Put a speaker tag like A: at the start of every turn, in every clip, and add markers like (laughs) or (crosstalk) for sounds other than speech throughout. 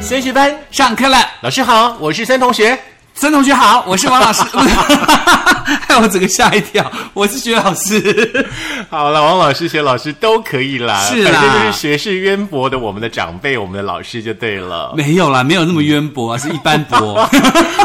A: 三十班
B: 上课了，
A: 老师好，我是三同学。
B: 孙同学好，我是王老师， (laughs) 害我整个吓一跳，我是薛老师。
A: (laughs) 好了，王老师、学老师都可以啦，
B: 是
A: 反正
B: 啦
A: 就是学识渊博的我们的长辈、我们的老师就对了。
B: 没有啦，没有那么渊博啊，是一般博。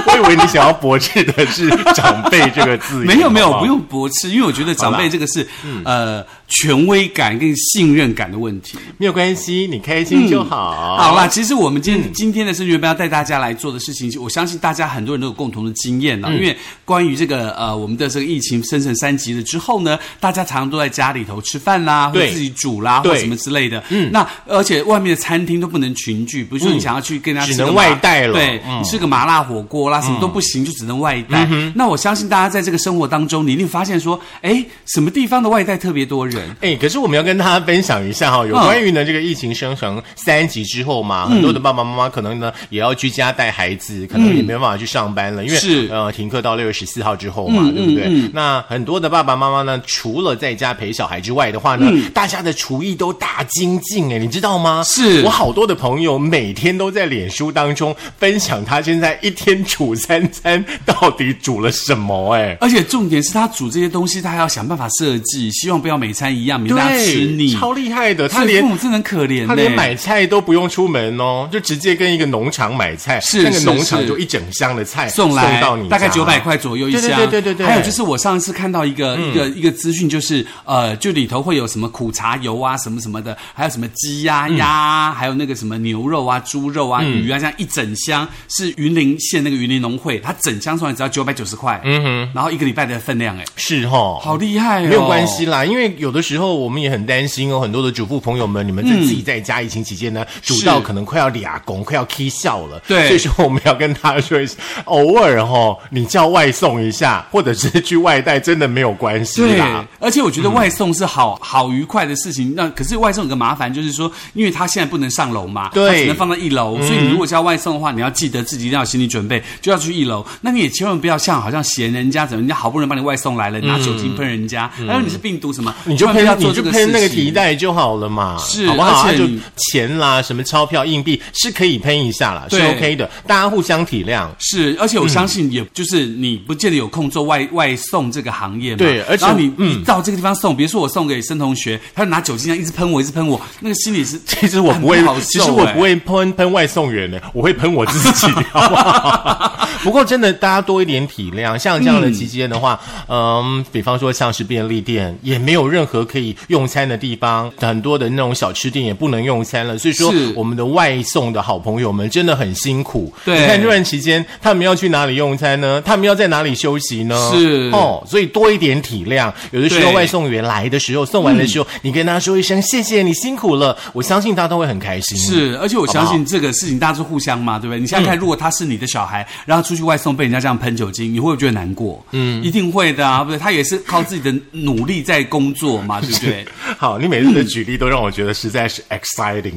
A: 我以为你想要驳斥的是“长辈”这个字眼，
B: (laughs) 没有没有
A: 好好，
B: 不。用驳斥，因为我觉得长
A: 好
B: 辈
A: 啦嗯
B: 这个是呃权威感跟信任感的问题。
A: 没有关系，你开心就好。嗯
B: 好啦，，其实我们今天、今天的升学班要带大家来做的事情，我相信大家很多人都有共同的经验啊
A: 嗯
B: 呢、因为关于这个呃我们的这个疫情升成三级了之后呢，大家常常都在家里头吃饭啦，或
A: 对
B: 者自己煮啦，
A: 对
B: 或什么之类的。嗯，那而且外面的餐厅都不能群聚，比如说你想要去跟人家吃
A: 嗯只
B: 个
A: 能
B: 麻
A: 外带了
B: 对，
A: 嗯
B: 你吃个麻辣火锅啦，什么都不行，就只能外带。那我相信大家在这个生活当中，你一定发现说，哎，什么地方的外带特别多人？
A: 哎，可是我们要跟大家分享一下哈、有
B: 嗯
A: 关于呢这个疫情升成三级之后嘛，很多的爸爸妈妈可能呢也要居家带孩子，可能也没办法去上班了，因为
B: 是
A: 呃停课到六月十四号之后嘛，对不对、那很多的爸爸妈妈呢，除了在家陪小孩之外的话呢，大家的厨艺都大精进哎，你知道吗？
B: 是
A: 我好多的朋友每天都在脸书当中分享他现在一天煮三餐到底煮了什么哎。
B: 而且重点是他煮这些东西，他还要想办法设计，希望不要每餐一样，免得他
A: 对，
B: 吃腻。
A: 超厉害的，他
B: 所以
A: 连
B: 父母真的很可怜、呢。
A: 他连买菜都不用出门哦，就直接跟一个农场买菜，
B: 是
A: 那个
B: 是
A: 农场
B: 是
A: 就一整箱的菜
B: 送来
A: 到你，
B: 大概九百。块左右一
A: 对对
B: 箱。
A: 对对对嗯对
B: 还有就是我上一次看到一个、一个一个资讯，就是呃，就里头会有什么苦茶油啊，什么什么的，还有什么鸡呀、鸭啊，
A: 嗯
B: 还有那个什么牛肉啊、猪肉啊、鱼啊，这样一整箱是云林县那个云林农会，它整箱送来只要九百九十块，嗯哼，然后一个礼拜的分量、哎，
A: 是哈，
B: 好厉害哦！
A: 没有关系啦，因为有的时候我们也很担心哦，很多的主妇朋友们，你们在
B: 嗯
A: 自己在家疫情期间呢，煮到可能快要俩公，快要 K 笑了。
B: 对
A: 所以说我们要跟大家说一下，偶尔哦，你叫外送一下，或者是去外带，真的没有关系
B: 对
A: 啦。，
B: 而且我觉得外送是好、好愉快的事情。那可是外送有个麻烦，就是说，因为它现在不能上楼嘛，
A: 对嗯
B: 它只能放到一楼，所以你如果是要外送的话，你要记得自己一定要有心理准备，就要去一楼。那你也千万不要像好像嫌人家怎么，人家好不容易帮你外送来了，拿酒精喷人家，然后你是病毒什么，
A: 嗯你就
B: 千万不要
A: 喷，你
B: 做
A: 就
B: 这个
A: 喷那个
B: 事情
A: 提袋就好了嘛，
B: 是
A: 好不好？啊
B: 而
A: 它
B: 且
A: 就
B: 你
A: 钱啦，什么钞票、硬币是可以喷一下啦，是
B: 对
A: OK 的，大家互相体谅。
B: 是，而且我相信，也就是你不见得有空做外外送这个行业嘛。
A: 对而且
B: 然后你
A: 嗯
B: 你到这个地方送，比如说我送给申同学，他就拿酒精这样一直喷我，一直喷我，那个心里是
A: 其实我不会
B: 很好，
A: 其
B: 受
A: 实我
B: 欸
A: 不会喷喷外送员的，我会喷我自
B: (laughs)
A: 己，好不好？ (laughs) 不过真的，大家多一点体谅。像这样的期间的话，嗯，比方说像是便利店，也没有任何可以用餐的地方，很多的那种小吃店也不能用餐了。所以说
B: 是，
A: 我们的外送的好朋友们真的很辛苦。
B: 对
A: 你看这段期间，他们要去哪里用餐呢？他们要在哪里休息呢？
B: 是
A: 哦，所以多一点体谅。有的时候
B: 对
A: 外送。送员来的时候，送
B: 嗯
A: 完的时候，你跟他说一声谢谢，你辛苦了，我相信他都会很开心。，
B: 是，而且我
A: 好不好
B: 相信这个事情大家是互相嘛，
A: 嗯
B: 对不对？你想想看，如果他是你的小孩，然后出去外送被人家这样喷酒精，你会不会觉得难过？嗯，一定会的啊，对不对？他也是靠自己的努力在工作嘛，对不
A: (laughs)
B: 对？
A: 好，你每次的举例都让我觉得实在是 exciting。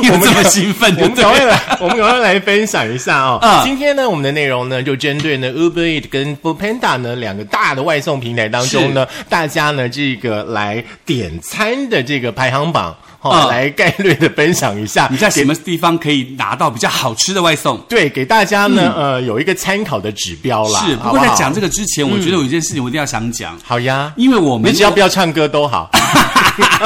B: 你有这么兴奋
A: 我
B: 就
A: 们
B: 对
A: 赶快来，我们赶快来分享一下哦。
B: 嗯
A: 今天呢，我们的内容呢，就针对呢 Uber Eat 跟 f o o Panda 呢两个大的外送平台当中呢，大家呢这个来点餐的这个排行榜，哦，
B: 嗯
A: 来概略的分享一下。
B: 你在什么地方可以拿到比较好吃的外送？
A: 对，给大家呢，呃，有一个参考的指标啦。
B: 嗯是，不
A: 好
B: 过
A: 好
B: 在讲这个之前，我觉得有一件事情我一定要想讲，
A: 好呀，
B: 因为我
A: 你
B: 们
A: 只要不要唱歌都好。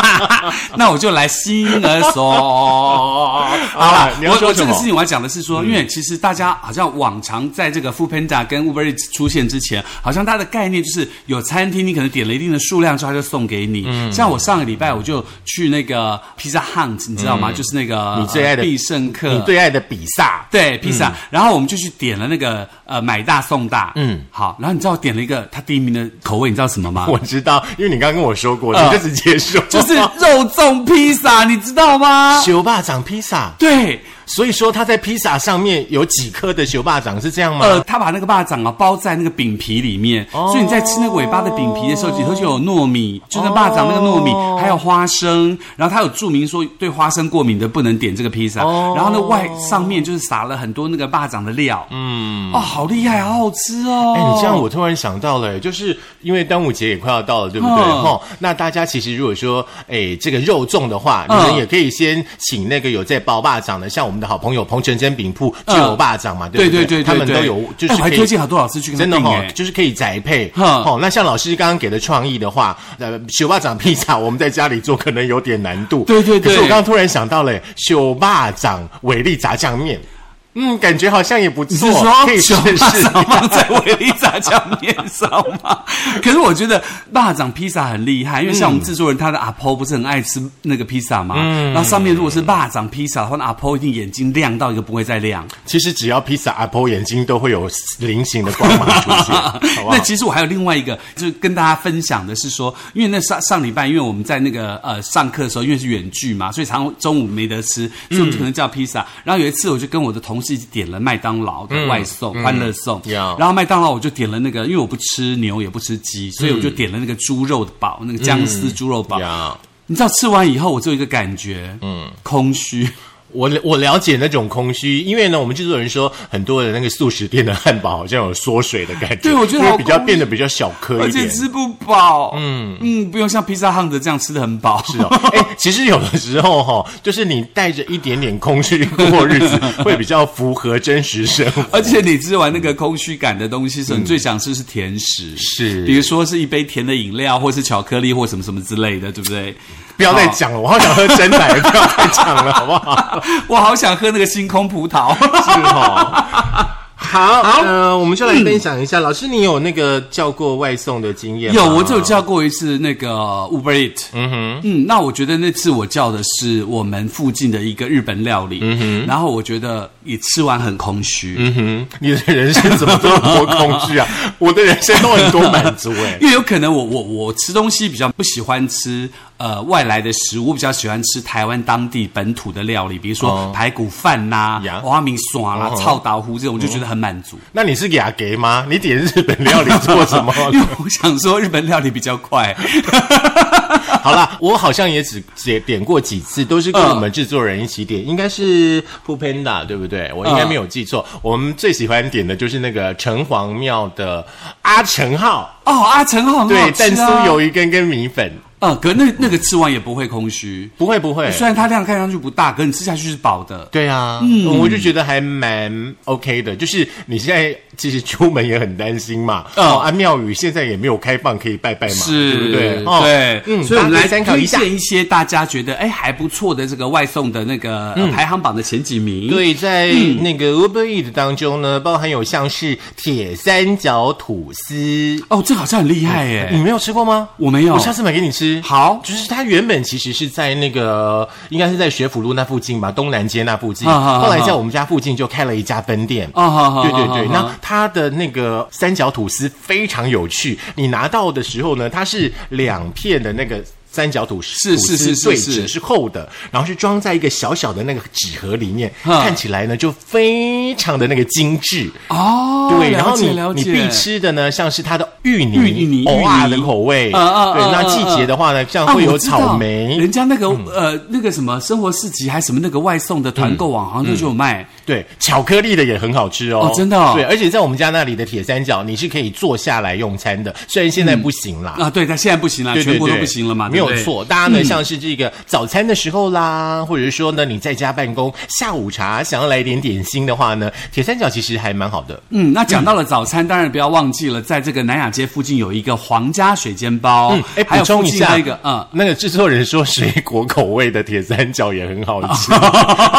B: (laughs) 那我就来新而
A: (laughs)
B: 说。
A: 好啦啊你要
B: 我
A: 说
B: 我
A: 什
B: 这
A: 么嗯
B: 个事情我要讲的是说，因为其实大家好像往常在这个 f o o Panda 跟 Uber Eats 出现之前，好像它的概念就是有餐厅，你可能点了一定的数量之后，它就送给你。
A: 嗯
B: 像我上个礼拜我就去那个 Pizza Hunt，你知道吗？就是那个
A: 你最爱的
B: 呃必胜
A: 嗯
B: 客，
A: 你最爱的嗯比萨，
B: 对，披萨、然后我们就去点了那个呃买大送大，
A: 嗯
B: 嗯，好，然后你知道我点了一个它第一名的口味，你知道什么吗？
A: 我知道，因为你刚刚跟我说过，
B: 呃
A: 你就直接说， (laughs)
B: 就是肉粽披萨，你知道吗？
A: 酒吧长披萨。
B: 对，
A: 所以说他在披萨上面有几颗的球霸掌是这样吗？
B: 呃，他把那个巴掌啊包在那个饼皮里面，
A: 哦
B: 所以你在吃那个尾巴的饼皮的时候，里头就有糯米，就那巴掌那个糯米，
A: 哦
B: 还有花生。然后他有注明说，对花生过敏的不能点这个披萨。
A: 哦
B: 然后呢，外上面就是撒了很多那个巴掌的料。嗯，哦，好厉害，好好吃哦！
A: 哎、你这样我突然想到了，就是因为端午节也快要到了，对不对？
B: 嗯
A: 吼、那大家其实如果说，哎，这个肉粽的话，你
B: 嗯
A: 们也可以先请那个有在包霸掌的，像我们的好朋友彭晨真饼铺就有霸掌嘛，
B: 对
A: 不
B: 嗯对
A: 对
B: 对对，
A: 他们
B: 对
A: 都有，就是
B: 哎我还
A: 可以
B: 推荐好多老师去跟
A: 真的哦
B: 他订
A: 哈、
B: 哎
A: 就是可以宅配。
B: 哼
A: 哦，那像老师刚刚给的创意的话，呃，手霸掌披萨 (laughs) 我们在家里做可能有点难度。
B: 对对对
A: 可是我刚刚突然想到了手霸掌伟力炸酱面，嗯，感觉好像也不
B: 你
A: 错
B: 是，说
A: 可以试
B: 小巴
A: 试。
B: 掌放 (laughs) 在维力炸酱面上吗？ (laughs) 可是我觉得巴掌披萨很厉害，因为像我
A: 嗯
B: 们制作人他的阿婆不是很爱吃那个披萨嘛，嗯，然后上面如果是巴掌披萨的话，那阿婆一定眼睛亮到一个不会再亮。
A: 其实只要披萨阿婆眼睛都会有菱形的光芒
B: (laughs)
A: 出现，好不好
B: 那？其实我还有另外一个，就是跟大家分享的是说，因为那上上礼拜，因为我们在那个呃上课的时候，因为是远距嘛，所以常常中午没得吃，所以我们就可能叫披萨。
A: 嗯
B: 然后有一次，我就跟我的同事一起点了麦当劳的外送、
A: 嗯
B: 欢乐颂，
A: Yeah
B: 然后麦当劳我就点了那个，因为我不吃牛也不吃鸡，所以我就
A: 嗯
B: 点了那个猪肉堡，那个姜丝猪肉堡。
A: 呀，
B: 你知道吃完以后，我只有一个感觉，嗯，空虚。
A: 我了我了解那种空虚，因为呢，我们制作人说很多的那个素食店的汉堡好像有缩水的感觉，
B: 对我觉得
A: 因为
B: 好
A: 比较
B: 空
A: 变得比较小颗
B: 而
A: 一点，
B: 且吃不饱，嗯嗯，不用像披萨汉的这样吃的很饱，
A: 是哦，哎、其实有的时候哈、就是你带着一点点空虚过日子，会比较符合真实生活。
B: 而且你吃完那个空虚感的东西的时候，你最想吃是甜食，
A: 嗯是
B: 比如说是一杯甜的饮料，或是巧克力，或什么什么之类的，对不对？
A: 不要再讲了，我好想喝真奶，不要再讲了，好不
B: (laughs)
A: 好？
B: 我好想喝那个星空
A: (laughs)
B: 葡萄。
A: 是哦。好，呃，我们就来分享一下，老师，你有那个叫过外送的经验吗？
B: 有，我只有叫过一次那个 Uber Eat。嗯哼，嗯，那我觉得那次我叫的是我们附近的一个日本料理。嗯哼，然后我觉得也吃完很空虚。
A: 嗯
B: 嗯
A: 哼，你的人生怎么这么多空虚啊？我的人生都很多满足哎、
B: 因为有可能我我我吃东西比较不喜欢吃呃外来的食物，我比较喜欢吃台湾当地本土的料理，比如说
A: 哦
B: 排骨饭呐、
A: 呀
B: 花米爽啦
A: 哦、
B: 臭豆腐这种，我就觉得很满足。
A: 那你是雅给吗？你点日本料理做什
B: (laughs)
A: 么？
B: 因为我想说日本料理比较快，
A: 好啦，我好像也只只点过几次，都是跟我们制作人一起点，应该是 p Panda 对不对？我应该没有记错，我们最喜欢点的就是那个城隍庙的阿成号。
B: 哦，阿成好很好吃、
A: 对，、
B: 啊
A: 蛋酥鱿鱼羹跟米粉，
B: 呃，可那那个吃完也不会空虚，
A: 不会不会，
B: 虽然它量看上去不大，可你吃下去是饱的。
A: 对啊，嗯，我就觉得还蛮 OK 的。就是你现在其实出门也很担心嘛，
B: 嗯
A: 哦，啊，庙宇现在也没有开放可以拜拜嘛，
B: 是，
A: 对不对？哦
B: 对，
A: 嗯，
B: 所以我们
A: 大家
B: 来
A: 可参考
B: 推
A: 一下。
B: 荐一些大家觉得哎还不错的这个外送的那个、呃排行榜的前几名。
A: 嗯对，在那个
B: 嗯
A: Uber Eat 当中呢，包含有像是铁三角吐司，
B: 哦，这好像很厉害
A: 你
B: 耶！
A: 没有吃过吗？
B: 我没有
A: 我下次买给你吃。
B: 好
A: 就是它原本其实是在那个应该是在学府路那附近吧，东南街那附近。
B: 啊啊啊
A: 后来在我们家附近就开了一家分店。
B: 啊好好
A: 对
B: 好
A: 对
B: 好
A: 对，
B: 好
A: 那它的那个三角吐司非常有趣。你拿到的时候呢，它是两片的那个三角吐司，
B: 是是是
A: 吐司对
B: 是
A: 折
B: 是
A: 是厚的，然后是装在一个小小的那个纸盒里面，
B: 嗯
A: 看起来呢就非常的那个精致。
B: 哦，
A: 对，然
B: 了
A: 后
B: 解
A: 你
B: 了
A: 你
B: 解
A: 必吃的呢，像是它的芋泥、
B: 芋泥芋泥
A: 藕啊的口味，
B: 嗯嗯
A: 对。
B: 嗯
A: 那
B: 嗯
A: 季节的话呢，像
B: 啊
A: 会有
B: 我知道
A: 草莓，嗯
B: 人家那个呃那个什么生活市集还什么那个外送的团购网好像就有卖，
A: 对，巧克力的也很好吃哦，
B: 哦真的哦
A: 对，而且在我们家那里的铁三角，你是可以坐下来用餐的，虽然现在不行啦。
B: 啊，对，但现在不行了，
A: 对对
B: 全国都
A: 对
B: 不行了嘛，
A: 没有
B: 对嗯不对。
A: 错。大家呢，像是这个早餐的时候啦，或者是说呢，你在家办公，下午茶想要来一点点心的话呢，铁三角其实还蛮好的。
B: 嗯，那讲到了早餐，当然不要忘记了，在这个南雅街附近有一个皇家水煎包，
A: 哎，
B: 啊还
A: 补
B: 有附
A: 充一
B: 近
A: 下，
B: 还有一个嗯。 (laughs)
A: 那个制作人说水果口味的铁三角也很好
B: (laughs)
A: 吃，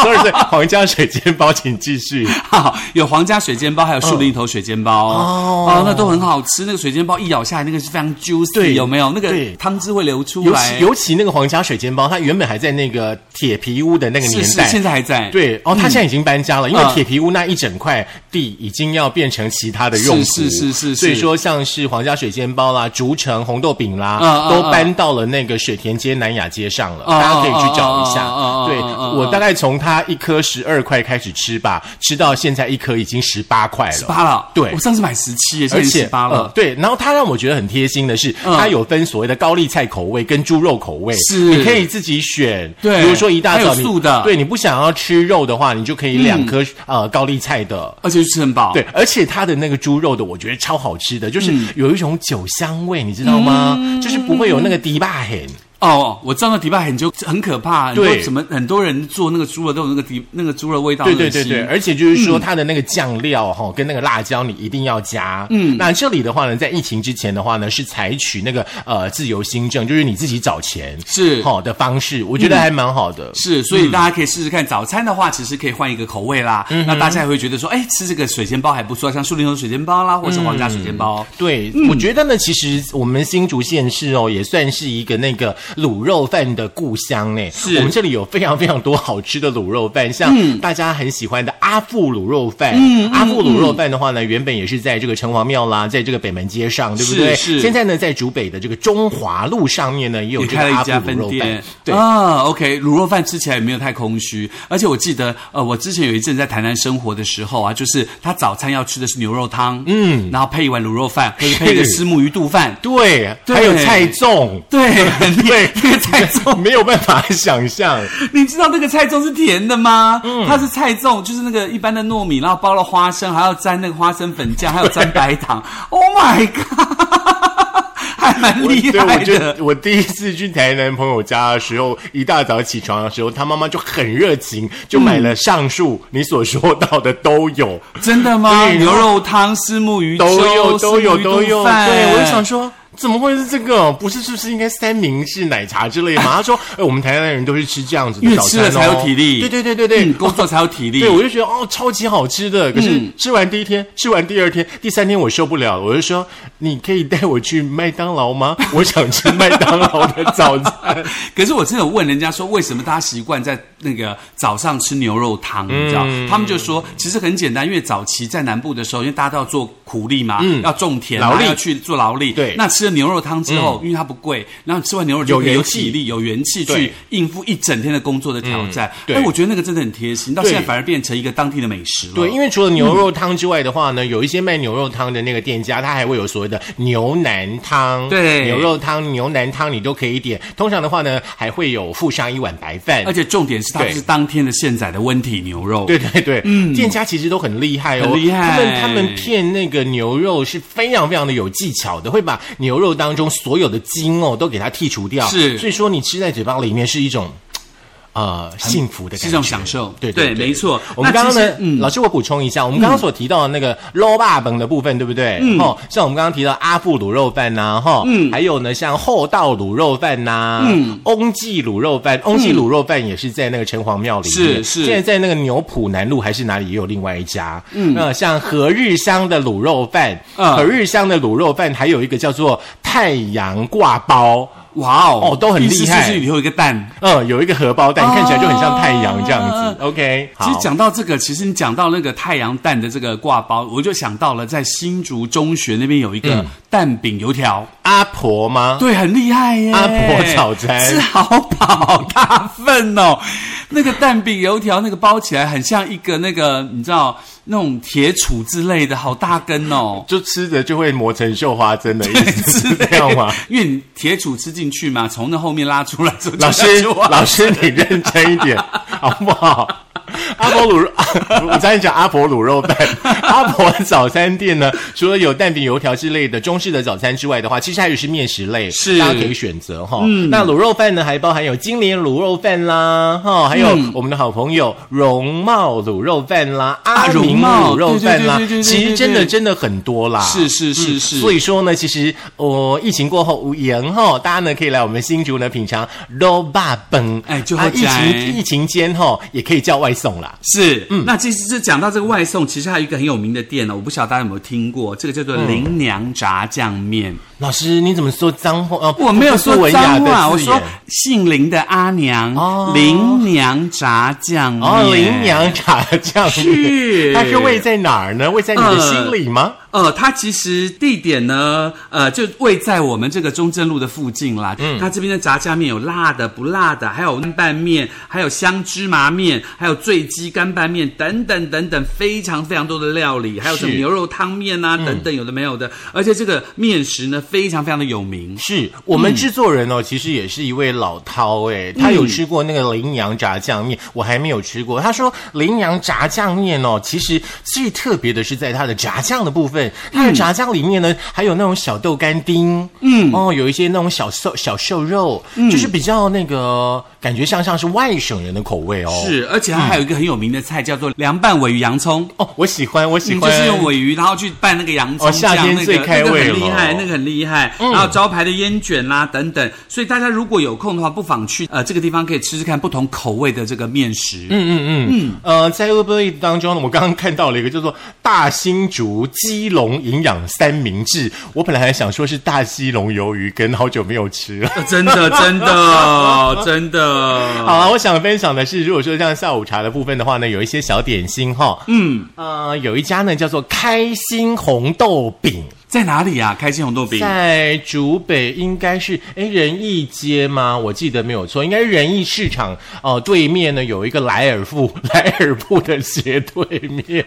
A: 所以是皇家水煎包，请继续。
B: 好，有皇家水煎包，还有树林头水煎包
A: 哦
B: 哦，那都很好吃。那个水煎包一咬下来，那个是非常 juicy，
A: 对
B: 有没有？那个
A: 对
B: 汤汁会流出来，
A: 尤
B: 来
A: 其尤其那个皇家水煎包，它原本还在那个铁皮屋的那个
B: 是
A: 年
B: 是
A: 代，
B: 现在还在
A: 对哦，它现在已经搬家了，因为
B: 嗯
A: 铁皮屋那一整块地已经要变成其他的用途，
B: 是是是是是
A: 所以说像是皇家水煎包啦、竹城红豆饼啦，
B: 嗯嗯
A: 都
B: 嗯
A: 搬到了那个水田街、南雅街上了，
B: 嗯
A: 大家可以去找一下。
B: 嗯嗯嗯嗯
A: 对、
B: 嗯嗯嗯
A: 我大概从它一颗十二块开始吃吧，吃到现在一颗已经十八块了。
B: 八了。
A: 对
B: 我上次买十七，现在
A: 而
B: 十
A: 且
B: 八了
A: 呃。对，然后它让我觉得很贴心的是，
B: 嗯
A: 它有分所谓的高丽菜口味跟猪肉口味，
B: 是
A: 你可以自己选。
B: 对
A: 比如说一大早
B: 还有
A: 你
B: 素的嗯
A: 对，你不想要吃肉的话，你就可以两颗、呃高丽菜的。
B: 而且吃很饱，
A: 对，，而且它的那个猪肉的，我觉得超好吃的，就是
B: 嗯
A: 有一种酒香味，你知道吗？就是不会有那个迪巴很。
B: 哦，我知道那迪拜很就很可怕，很多
A: 对
B: 什么很多人做那个猪肉都有那个迪那个猪肉味道，
A: 对对对
B: 很恶心
A: 对，而且就是说它的那个酱料哈、跟那个辣椒你一定要加。嗯，那这里的话呢，在疫情之前的话呢，是采取那个呃自由新政，就是你自己找钱
B: 是
A: 好、的方式，我觉得还蛮好的。
B: 是，所以大家可以试试看。早餐的话，其实可以换一个口味啦。
A: 嗯
B: 那大家也会觉得说，哎，吃这个水煎包还不错，像树林头水煎包啦，或是皇家水煎包。
A: 对，
B: 嗯
A: 我觉得呢，其实我们新竹县市哦，也算是一个那个卤肉饭的故乡呢。
B: 是嗯
A: 我们这里有非常非常多好吃的卤肉饭，像大家很喜欢的阿富卤肉饭。阿富卤肉饭的话呢，原本也是在这个城隍庙啦，在这个北门街上，对不对？
B: 是是
A: 现在呢，在竹北的这个中华路上面呢，也有
B: 也
A: 这
B: 开
A: 个
B: 了
A: 阿
B: 一
A: 富
B: 家
A: 卤
B: 分
A: 肉
B: 店
A: 饭。对，
B: 啊，OK，卤肉饭吃起来也没有太空虚，而且我记得，呃，我之前有一阵在台南生活的时候啊，就是他早餐要吃的是牛肉汤，嗯，然后配一碗卤
A: (laughs)
B: 肉饭，或者配一个
A: 是
B: 虱目鱼肚饭，
A: 对，
B: 对
A: 还有菜
B: (laughs)
A: 粽。 (laughs)
B: 对，很 (laughs)
A: 对，
B: 那个菜
A: (laughs)
B: 粽，
A: 没有办法想象。
B: 你知道那个菜粽是甜的吗？
A: 嗯
B: 它是菜粽，就是那个一般的糯米，然后包了花生，还要沾那个花生粉酱，还有沾白糖。Oh my god！还蛮
A: 我
B: 厉
A: 对，我
B: 害
A: 觉
B: 的
A: 得。我第一次去台南朋友家的时候，一大早起床的时候，他妈妈就很热情，就买了上述你所说到的都
B: (laughs)
A: 有，
B: 真的吗？
A: 对
B: 牛肉汤、虱目鱼
A: 都有
B: 粥、
A: 都有
B: 虱目鱼
A: 都有。
B: 肚饭
A: 对，我就想说。怎么会是这个？不是，是不是应该三明治、奶茶之类
B: (laughs)
A: 吗？他说：“哎、我们台南人都是吃这样子的
B: 越
A: 早
B: 吃
A: 餐、哦、
B: 了才有体力，
A: 对对对对对，
B: 嗯工作才有体力。
A: 对，我就觉得哦，超级好吃的。可是吃完第一天，吃完第二天，第三天我受不了，我就说你可以带我去麦当劳吗？我想吃麦当劳的早餐。
B: 可是我真的有问人家说，为什么大家习惯在那个早上吃牛肉汤？
A: 嗯
B: 你知道，他们就说其实很简单，因为早期在南部的时候，因为大家都要做苦力嘛，要种田嘛，
A: 嗯劳力
B: 要去做劳力。
A: 对嗯
B: 那吃了牛肉汤之后，因为它不贵，然后吃完牛肉
A: 有
B: 就
A: 元
B: 有
A: 气
B: 体力、有元气去
A: 对嗯
B: 应付一整天的工作的挑战。
A: 对
B: 哎，我觉得那个真的很贴心，到现在
A: 对
B: 反而变成一个当地的美食了。
A: 对，因为除了牛肉汤之外的话
B: 嗯
A: 呢，有一些卖牛肉汤的那个店家，他还会有所谓的牛腩汤，
B: 对
A: 牛肉汤、牛腩汤你都可以点。通常的话呢，还会有附上一碗白饭
B: 而。且重点是它
A: 对
B: 就是当天的现宰的温体牛肉。
A: 对对对，嗯，店家其实都很厉害哦，
B: 很厉害
A: 他们他们片那个牛肉是非常非常的有技巧的，会把牛肉当中所有的筋哦都给它剔除掉，
B: 是
A: 所以说你吃在嘴巴里面是一种。呃，幸福的感觉
B: 是一种享受
A: 对
B: 对
A: 对，
B: 没错
A: (laughs) 我们
B: 那
A: 刚
B: 其
A: 刚
B: 实嗯
A: 呢，老师，我补充一下，我们刚刚所提到的那个肉霸本的部分，对不对？嗯，哦，像我们刚刚提到阿富卤肉饭呐，哈，嗯，还有呢，像厚道卤肉饭呐，嗯，翁记卤肉饭，翁记卤肉饭也是在那个城隍庙里面，
B: 嗯是是
A: 现在在那个牛埔南路还是哪里也有另外一家，嗯，呃，像和日香的卤肉饭，
B: 嗯
A: 和日香的卤肉饭，还有一个叫做太阳挂包。
B: 哇哦，
A: 哦都很厉害
B: 是里头有一个蛋。
A: 嗯，有一个荷包蛋，
B: 哦
A: 看起来就很像太阳这样子。OK，好
B: 其实讲到这个，其实你讲到那个太阳蛋的这个挂包，我就想到了在新竹中学那边有一
A: 嗯
B: 个蛋饼油条，
A: 阿婆吗？
B: 对，很厉害耶！
A: 阿婆早餐
B: 吃好饱，好大份哦。那个蛋饼油条，那个包起来很像一个那个，你知道那种铁杵之类的，好大根哦。
A: 就吃着就会磨成绣花针的意 (laughs) 思，
B: 之
A: 是
B: 类
A: 这样吗？？
B: 因为你铁杵吃进去嘛，从那后面拉出来之后
A: 老
B: 就要去挖，
A: 师，啊老师，你认真一点好不
B: (laughs)
A: 好？阿婆卤肉， (laughs) 我刚才讲阿婆卤
B: (laughs)
A: 肉饭，阿婆早餐店呢，除了有蛋饼、油条之类的中式的早餐之外的话，其实还有是面食类，
B: 是嗯
A: 大家可以选择哈。那卤肉饭呢，还包含有金莲卤肉饭啦，哈，
B: 嗯
A: 还有我们的好朋友容茂卤肉饭啦，阿
B: 荣
A: 明
B: 啊茂
A: 卤肉
B: 对对
A: 饭啦
B: 对对对对，
A: 其实
B: 对
A: 真
B: 对
A: 的真的很多啦。
B: 是是是是，
A: 嗯所以说呢，其实我、哦疫情过后无言哈、大家呢可以来我们新竹呢品尝肉霸本，
B: 哎就
A: 啊
B: 好
A: 疫
B: 吃
A: 情疫情间哈、也可以叫外送。送啦。
B: 是，
A: 嗯
B: 那其实这讲到这个外送，其实还有一个很有名的店呢，我不晓得大家有没有听过，这个叫做
A: 嗯
B: 林娘炸酱面。
A: 老师，你怎么说脏话？呃
B: 我没有说
A: 不文雅
B: 脏
A: 的
B: 话，
A: 字
B: 我说
A: 眼
B: 姓林的阿娘，
A: 哦
B: 林娘炸酱面。
A: 哦，林。娘炸酱面，
B: 是
A: 它是位在哪儿呢？位在你的
B: 呃
A: 心里吗？
B: 呃，它其实地点呢，呃，就位在我们这个中正路的附近啦。嗯，它这边的炸酱面有辣的、不辣的，还有嫩拌面，还有香芝麻面，还有醉鸡干拌面等等等等，非常非常多的料理，还有什么
A: 是
B: 牛肉汤面啊等等，有的没有的。而且这个面食呢，非常非常的有名。
A: 是我
B: 嗯
A: 们制作人哦，其实也是一位老饕哎，他有吃过那个羚羊炸酱面，我还没有吃过。他说羚羊炸酱面哦，其实最特别的是在它的炸酱的部分，
B: 嗯
A: 它的炸酱里面呢还有那种小豆干丁，嗯，哦，有一些那种小瘦小瘦肉，
B: 嗯
A: 就是比较那个感觉像像是外省人的口味哦。
B: 是，而且它还有一个很有名的菜叫做凉拌尾鱼洋葱。
A: 哦，我喜欢，我喜
B: 嗯
A: 欢，
B: 就是用尾鱼，然后去拌那个洋葱
A: 哦夏
B: 酱，
A: 天
B: 那个
A: 最开胃
B: 那个很厉害，
A: 了嗯
B: 那个很厉害。然后招牌的烟卷啦、等等，所以大家如果有空的话，不妨去呃这个地方可以吃吃看不同口味的这个面食。嗯，
A: 呃，在 Uber Eats 当中呢，我刚刚看到了一个叫做“大新竹基隆营养三明治”，我本来还想说是大西龙鱿鱼羹，好久没有吃了。
B: 呃真的，真的， (laughs) 真的。
A: 好了，我想分享的是，如果说像下午茶的部分的话呢，有一些小点心哈，嗯，呃，有一家呢叫做开心红豆饼，
B: 在哪里啊？开心红豆饼。
A: 在竹北应该是哎仁义街吗？我记得没有错，应该是仁义市场哦、对面呢有一个莱尔富 (laughs) 莱尔富的斜对面。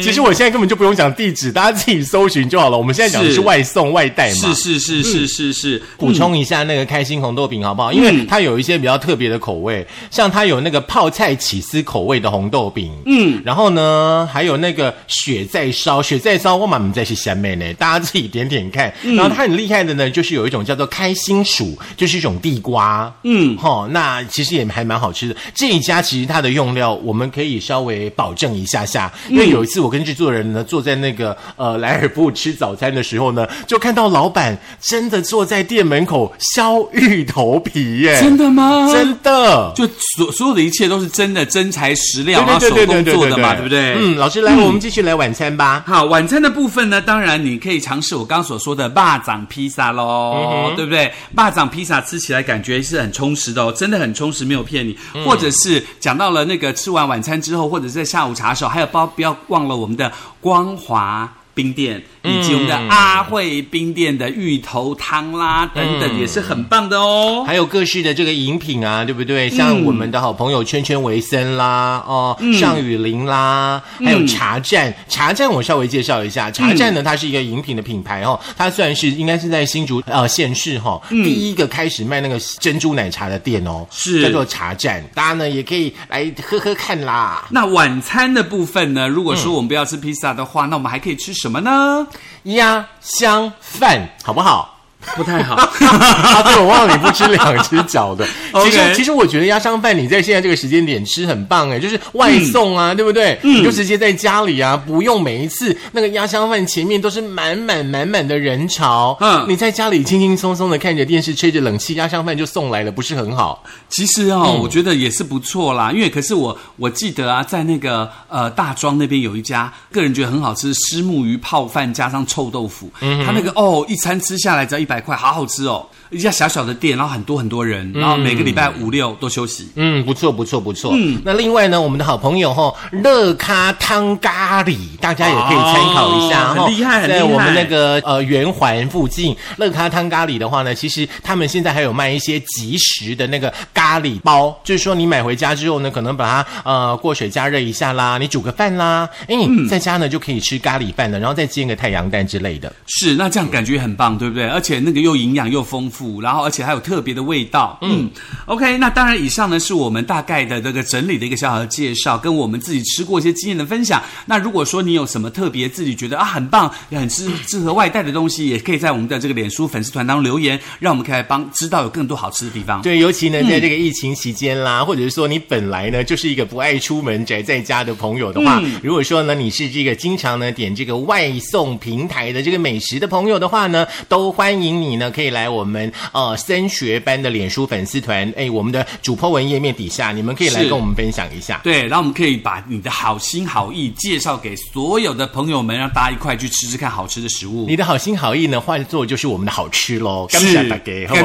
A: (laughs) 其实我现在根本就不用讲地址，大家自己搜寻就好了。我们现在讲的是
B: 是
A: 外送外带嘛。嗯
B: 是是是是是是，
A: 补充一下那个开心红豆饼好不好？因为它有一些比较特别的口味，像它有那个泡菜起司口味的红豆饼，嗯，然后呢还有那个雪在烧，雪在烧我妈妈在是下面呢，大家自己点点看。然后它很厉害的呢，就是有一种叫做开心薯，就是一种地瓜，嗯，哈、那其实也还蛮好吃的。这一家其实它的用料我们可以稍微保证一下下，
B: 嗯
A: 因为有一次我跟制作人呢坐在那个呃莱尔布吃早餐的时候呢，就看到老板真的坐在店门口削芋头皮耶，
B: 真的吗？
A: 真的。
B: 就所所有的一切都是真的真材实料，然后
A: 对
B: 手
A: 对对对
B: 工
A: 对
B: 做
A: 对
B: 的嘛，对不对？
A: 嗯，老师来，我们继续来晚餐吧。
B: 好，晚餐的部分呢，当然你可以尝试我刚刚所说的霸掌披萨喽，对不对？霸掌披萨吃起来感觉是很充实的哦，真的很充实，没有骗你。或者是讲到了那个吃完晚餐之后，或者是在下午茶的时候，还有包不要忘了我们的光华。冰店以及我们的阿惠冰店的芋头汤啦，等等，也是很棒的哦。
A: 还有各式的这个饮品啊，对不对？像我们的好朋友圈圈维森啦，哦，
B: 嗯
A: 尚雨林啦，还有茶站。茶站我稍微介绍一
B: 嗯
A: 下，茶站呢，它是一个饮品的品牌哦，它虽然是应该是在新竹呃县市哈、哦，第一个开始卖那个珍珠奶茶的店哦，
B: 嗯是
A: 叫做茶站，大家呢也可以来喝喝看啦。
B: 那晚餐的部分呢？如果说我们不要吃披萨的话，那我们还可以吃什么呢？
A: 鸭香饭好不好？
B: 不太
A: (laughs)
B: 好。
A: 啊，对，我忘了你不吃两只脚的。其实
B: (laughs) OK
A: 其实我觉得鸭香饭你在现在这个时间点吃很棒哎，就是外送
B: 嗯
A: 啊，对不对？你就直接在家里啊，不用每一次那个鸭香饭前面都是满满满满的人潮。嗯
B: 嗯，
A: 你在家里轻轻松松的看着电视，吹着冷气，鸭香饭就送来了，不是很好？
B: 其实哦，我觉得也是不错啦，因为可是我我记得啊，在那个呃大庄那边有一家，个人觉得很好吃，虱目鱼泡饭加上臭豆腐，它那个哦一餐吃下来只要一百块，好好吃哦。一家小小的店，然后很多很多人，然后每个礼拜五六都休息。
A: 嗯，不错，不错，不错。嗯，那另外呢，我们的好朋友哈、乐咖汤咖喱，大家也可以参考一下
B: 哦
A: 哈、
B: 很厉害很厉害
A: 在我们那个呃圆环附近，乐咖汤咖喱的话呢，其实他们现在还有卖一些即食的那个咖喱包，就是说你买回家之后呢，可能把它呃过水加热一下啦，你煮个饭啦，哎，
B: 嗯
A: 在家呢就可以吃咖喱饭了，然后再煎个太阳蛋之类的。
B: 是，那这样感觉很棒，对不对？而且那个又营养又丰富，然后而且还有特别的味道。嗯，OK，那当然以上呢是我们大概的这个整理的一个小小的介绍，跟我们自己吃过一些经验的分享。那如果说你有什么特别自己觉得啊很棒、也很适适合外带的东西，也可以在我们的这个脸书粉丝团当中留言，让我们可以来帮知道有更多好吃的地方。
A: 对，尤其呢，
B: 嗯
A: 在这个疫情期间啦，或者是说你本来呢就是一个不爱出门、宅在家的朋友的话，
B: 嗯
A: 如果说呢你是这个经常呢点这个外送平台的这个美食的朋友的话呢，都欢迎你呢可以来我们们呃升学班的脸书粉丝团，哎，我们的主 po 文页面底下，你们可以来
B: 是
A: 跟我们分享一下。
B: 对，然后我们可以把你的好心好意介绍给所有的朋友们，让大家一块去吃吃看好吃的食物
A: 你。的好心好意呢，换做就是我们的好吃喽。
B: 是
A: 好不好
B: 感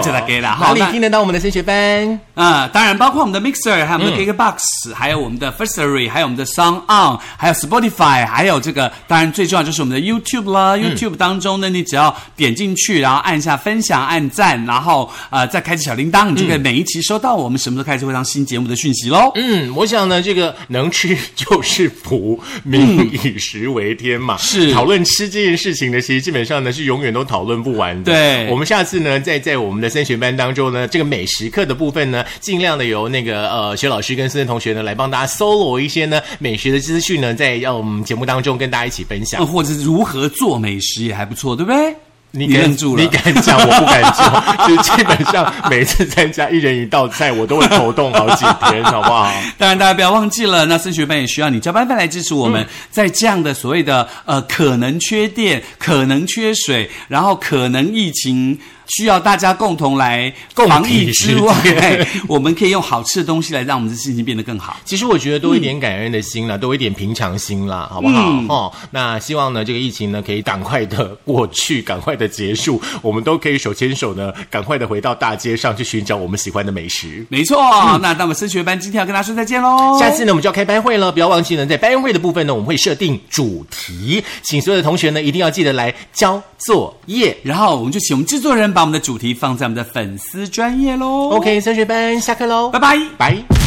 B: 谢大家啦
A: 哪
B: 好
A: 里
B: 那
A: 听得到我们的升学班？
B: 啊、当然包括我们的 Mixer，还有我们
A: 嗯
B: 的 KKBox，、还有我们的 Firstory，还有我们的 Sound On，还有 Spotify，还有这个，当然最重要就是我们的 YouTube 啦。YouTube
A: 嗯
B: 当中呢，你只要点进去，然后按下分享、按赞，然后呃再开启小铃铛，你就可以每一期收到我们什么时候开始会上新节目的讯息喽。
A: 嗯，我想呢，这个能吃 (laughs) 就是福，民以食为天嘛。
B: 嗯是
A: 讨论吃这件事情呢，其实基本上呢是永远都讨论不完的。
B: 对
A: 我们下次呢，在在我们的升学班当中呢，这个美食课的部分呢，尽量的由那个呃薛老师跟孙同学呢来帮大家 solo 一些呢美食的资讯呢，在呃我们节目当中跟大家一起分享
B: 呃。或者是如何做美食也还不错，对不对？
A: 你敢
B: 愣住了，
A: 你敢讲，我不敢讲。 (laughs) 就基本上每次参加一人一道菜，我都会头痛好几天，好不好？
B: (laughs) 当然，大家不要忘记了，那升学班也需要你交班费来支持我
A: 嗯
B: 们，在这样的所谓的呃可能缺电、可能缺水，然后可能疫情。需要大家共同来
A: 共
B: 防
A: 体
B: 疫
A: 时
B: 之
A: (laughs)
B: 外， (laughs) 我们可以用好吃的东西来让我们的心情变得更好。
A: 其实我觉得多一
B: 嗯
A: 点感恩的心啦，多一点平常心啦，好不好？哦，那希望呢，这个疫情呢可以赶快的过去，赶快的结束，我们都可以手牵手呢，赶快的回到大街上去寻找我们喜欢的美食。
B: 没
A: (laughs)
B: 错，那那么升学班今天要跟大家说再见喽。
A: 下次呢，我们就要开班会了，不要忘记呢，在班会的部分呢，我们会设定主题，请所有的同学呢一定要记得来交作业。
B: 然后我们就请我们制作人把我们的主题放在我们的粉丝专业喽。
A: OK，升学班下课喽，
B: 哦拜拜。
A: 拜。